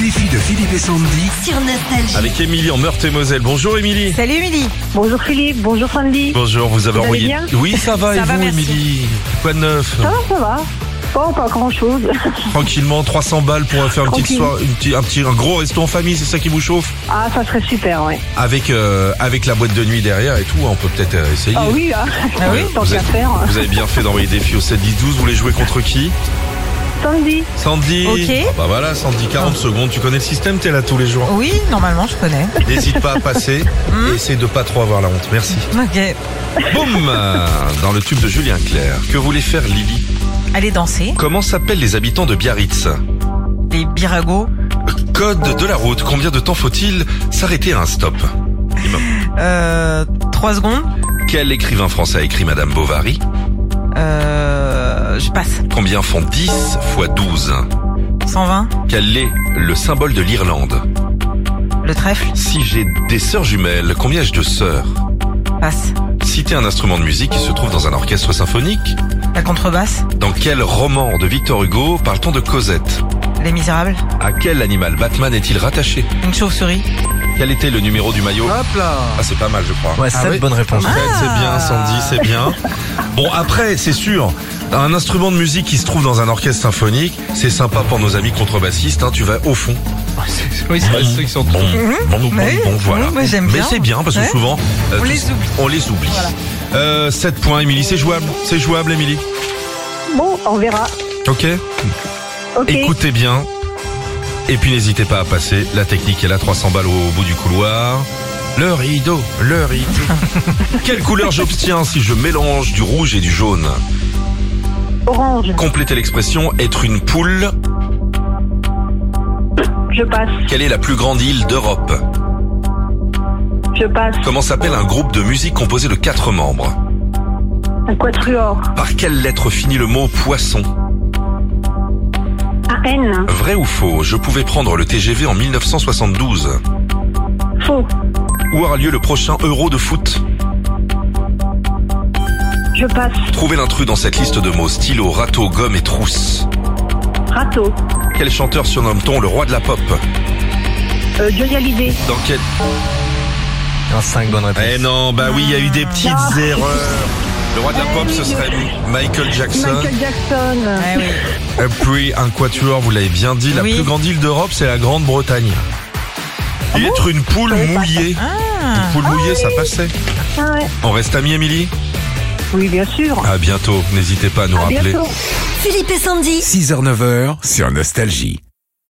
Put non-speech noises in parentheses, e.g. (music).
défi de Philippe et Sandy. sur Nostalgie. Avec Émilie en Meurthe et Moselle. Bonjour Émilie. Salut Émilie Bonjour Philippe, bonjour Sandy. Bonjour, vous avez Vous allez envoyé. bien oui, ça va Ça et va, vous merci. Émilie Quoi de neuf Ça va, ça va. Pas, pas grand chose. Tranquillement, 300 balles pour faire une petite Tranquille. soirée, une petit- un petit un gros resto en famille, c'est ça qui vous chauffe Ah, ça serait super, ouais. Avec euh, avec la boîte de nuit derrière et tout, on peut peut-être euh, essayer. Ah oui, hein. tant vous, qu'à êtes- faire. vous avez bien fait d'envoyer des filles au 7 10 12, vous voulez jouer contre qui Sandy, Sandy. Ok. Ah bah voilà, Sandy 40 secondes, tu connais le système, t'es là tous les (laughs) jours. Oui, normalement je connais. (laughs) N'hésite pas à passer Hmm. et essaye de pas trop avoir la honte. Merci. Ok. Boum Dans le tube de Julien Clerc. Que voulait faire Lily Allez danser. Comment s'appellent les habitants de Biarritz Les biragos. Code de la route, combien de temps faut-il s'arrêter à un stop Euh, 3 secondes. Quel écrivain français a écrit Madame Bovary Euh, je passe. Combien font 10 fois 12 120. Quel est le symbole de l'Irlande Le trèfle. Si j'ai des sœurs jumelles, combien ai-je de sœurs Passe. Citer un instrument de musique qui se trouve dans un orchestre symphonique La contrebasse. Dans quel roman de Victor Hugo parle-t-on de Cosette Les misérables. À quel animal Batman est-il rattaché Une chauve-souris. Quel était le numéro du maillot Ah, c'est pas mal, je crois. Ouais, sept bonnes réponses. Hein Ouais, c'est bien, Sandy, c'est bien. Bon, après, c'est sûr, un instrument de musique qui se trouve dans un orchestre symphonique, c'est sympa pour nos amis contrebassistes. Hein, tu vas au fond. Oui, c'est ceux qui sont Bon, bon, bon, Mais- bon, voilà. mais j'aime bien. c'est bien parce que Ouais. souvent, On euh, tous- les oublie. On les oublie. Euh, 7 points, Émilie. C'est jouable. C'est jouable, Émilie. bon, on verra. Ok. Ok. Écoutez bien. Et puis n'hésitez pas à passer. La technique est là, 300 balles au bout du couloir. Le rideau, le rideau. Quelle couleur j'obtiens si je mélange du rouge et du jaune Orange, Complétez l'expression être une poule. je passe, Quelle est la plus grande île d'Europe je passe. Comment s'appelle un groupe de musique composé de quatre membres Un quatuor, Par quelle lettre finit le mot poisson un N, Vrai ou faux Je pouvais prendre le TGV en 1972. faux, Où aura lieu le prochain Euro de foot je passe. Trouvez l'intrus dans cette liste de mots stylo, râteau, gomme et trousse. Râteau, Quel chanteur surnomme-t-on le roi de la pop euh, Johnny Hallyday, Dans quel... 5 bonnes réponses. Eh non, bah oui, il y a eu des petites Ah. erreurs. Le roi de la pop, ce serait Michael Jackson. Michael Jackson, Ouais, oui. Et puis un quatuor, vous l'avez bien dit, la Oui. plus grande île d'Europe, c'est la Grande-Bretagne. Et être une poule mouillée. Une poule mouillée, ça passait. Ah ouais. On reste amis, Émilie oui bien sûr. À bientôt. N'hésitez pas à nous À rappeler. bientôt. Philippe et Sandy. 6h, 9h sur Nostalgie.